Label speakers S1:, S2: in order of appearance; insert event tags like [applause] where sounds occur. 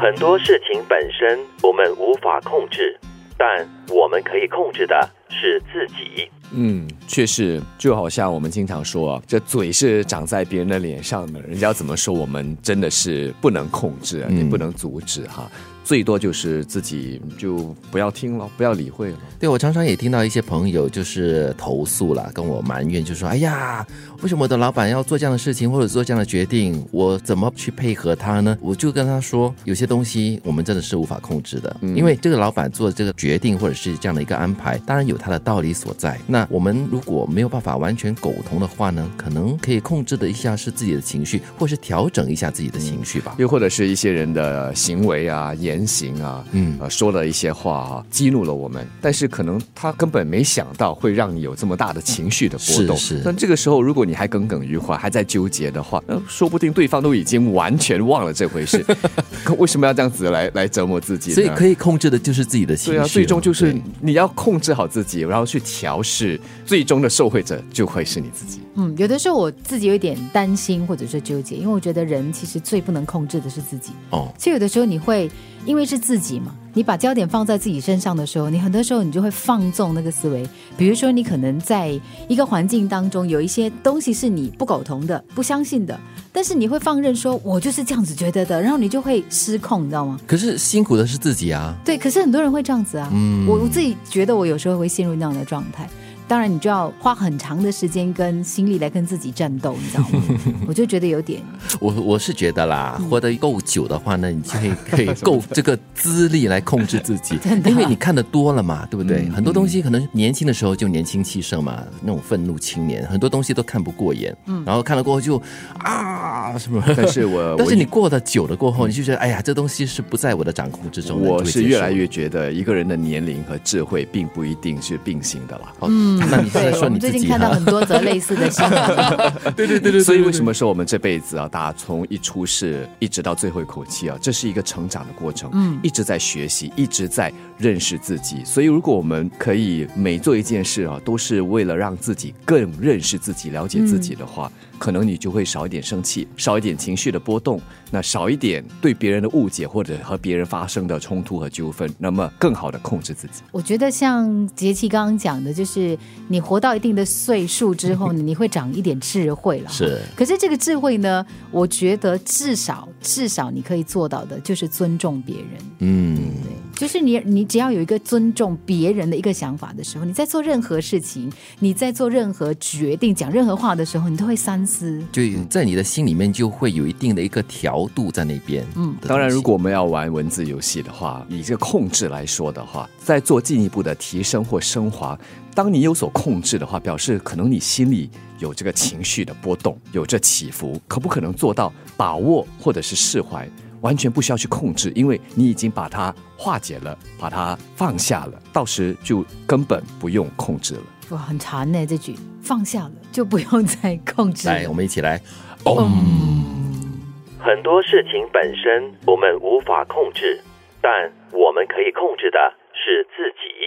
S1: 很多事情本身我们无法控制，但我们可以控制的是自己。
S2: 嗯，确实，就好像我们经常说啊，这嘴是长在别人的脸上的，人家怎么说我们真的是不能控制啊，
S3: 嗯
S2: 也不能阻止哈，最多就是自己就不要听了，不要理会了。
S3: 对我常常也听到一些朋友就是投诉啦，跟我埋怨，就说：“哎呀，为什么我的老板要做这样的事情或者做这样的决定？我怎么去配合他呢？”我就跟他说，有些东西我们真的是无法控制的，
S2: 嗯
S3: 因为这个老板做这个决定或者是这样的一个安排，当然有他的道理所在。那我们如果没有办法完全苟同的话呢，可能可以控制的一下是自己的情绪，或是调整一下自己的情绪吧。
S2: 又或者是一些人的行为啊、言行啊，
S3: 嗯
S2: 呃，说了一些话啊，激怒了我们，但是可能他根本没想到会让你有这么大的情绪的波动。
S3: 是是
S2: 但这个时候，如果你还耿耿于怀，还在纠结的话，那说不定对方都已经完全忘了这
S3: [laughs]
S2: 回事。可为什么要这样子来来折磨自己呢？
S3: 所以可以控制的就是自己的情绪
S2: 嗯对
S3: 了，
S2: 啊，最终就是
S3: 对
S2: 你要控制好自己，然后去调试，最终的受惠者就会是你自己。
S4: 嗯，有的时候我自己有一点担心或者是纠结，因为我觉得人其实最不能控制的是自己。
S3: 哦，
S4: 所以有的时候你会因为是自己嘛，你把焦点放在自己身上的时候，你很多时候你就会放纵那个思维。比如说，你可能在一个环境当中有一些东西是你不苟同的、不相信的，但是你会放任说“我就是这样子觉得的”，然后你就会失控，你知道吗？
S3: 可是辛苦的是自己啊。
S4: 对，可是很多人会这样子啊。
S3: 嗯
S4: 我我自己觉得我有时候会陷入那样的状态。当然，你就要花很长的时间跟心力来跟自己战斗，你知道吗？
S3: [laughs]
S4: 我就觉得有点
S3: 我我是觉得
S4: 嗯
S3: 啦，活得够久的话呢，你就可以可以
S4: [laughs]
S3: 够这个资历来控制自己，
S4: 真的
S3: 因为你看得多了嘛，对不对？
S2: 嗯
S3: 很多东西可能年轻的时候就年轻气盛嘛，那种愤怒青年，很多东西都看不过眼，
S4: 嗯
S3: 然后看了过后就啊什
S4: [laughs]
S3: 么。
S2: 但是
S3: [laughs]
S2: 我
S3: 但是
S2: 我
S3: 你过得久了过
S4: 嗯
S3: 后，你就觉得哎呀，这东西是不在我的掌控之中的，
S2: 我
S3: 就会
S2: 是
S3: 接
S2: 越
S3: 受
S2: 来越觉得一个人的年龄和智慧并不一定是并行的了。
S3: 哦。那你现在
S4: 对。
S3: 说
S4: 嗯我
S3: 你
S4: 们最
S3: 自
S4: 近
S3: 己啊
S4: 看到
S3: 哈，
S4: 很多则类似的新闻， [laughs]
S3: 对对对
S2: 所以为什么说我们这辈子啊，打从一出世一直到最后一口气啊，这是一个成长的过程，嗯，一直在学习，一直在认识自己。所以如果我们可以每做一件事啊，都是为了让自己更认识自己、了解自己的话，
S3: 嗯
S2: 可能你就会少一点生气，少一点情绪的波动，那少一点对别人的误解或者和别人发生的冲突和纠纷，那么更好的控制自己。
S4: 我觉得像杰奇刚刚讲的，就是你活到一定的岁数之后，你会长一点智慧了。
S3: 是
S4: 可是这个智慧呢，我觉得至少至少你可以做到的就是尊重别人。
S3: 嗯，
S4: 就是你，你只要有一个尊重别人的一个想法的时候，你在做任何事情，你在做任何决定、讲任何话的时候，你都会三思。
S3: 就在你的心里面就会有一定的一个调度在那边。嗯，
S2: 当然，如果我们要玩文字游戏的话，以这个控制来说的话，在做进一步的提升或升华，当你有所控制的话，表示可能你心里有这个情绪的波动，有这起伏，可不可能做到把握或者是释怀？完全不需要去控制，因为你已经把它化解了，把它放下了，到时就根本不用控制了。
S4: 哇，很馋呢、这句放下了就不用再控制
S3: 来，
S4: 了
S3: 我。们一起来，
S1: 很多事情本身我们无法控制，但我们可以控制的是自己。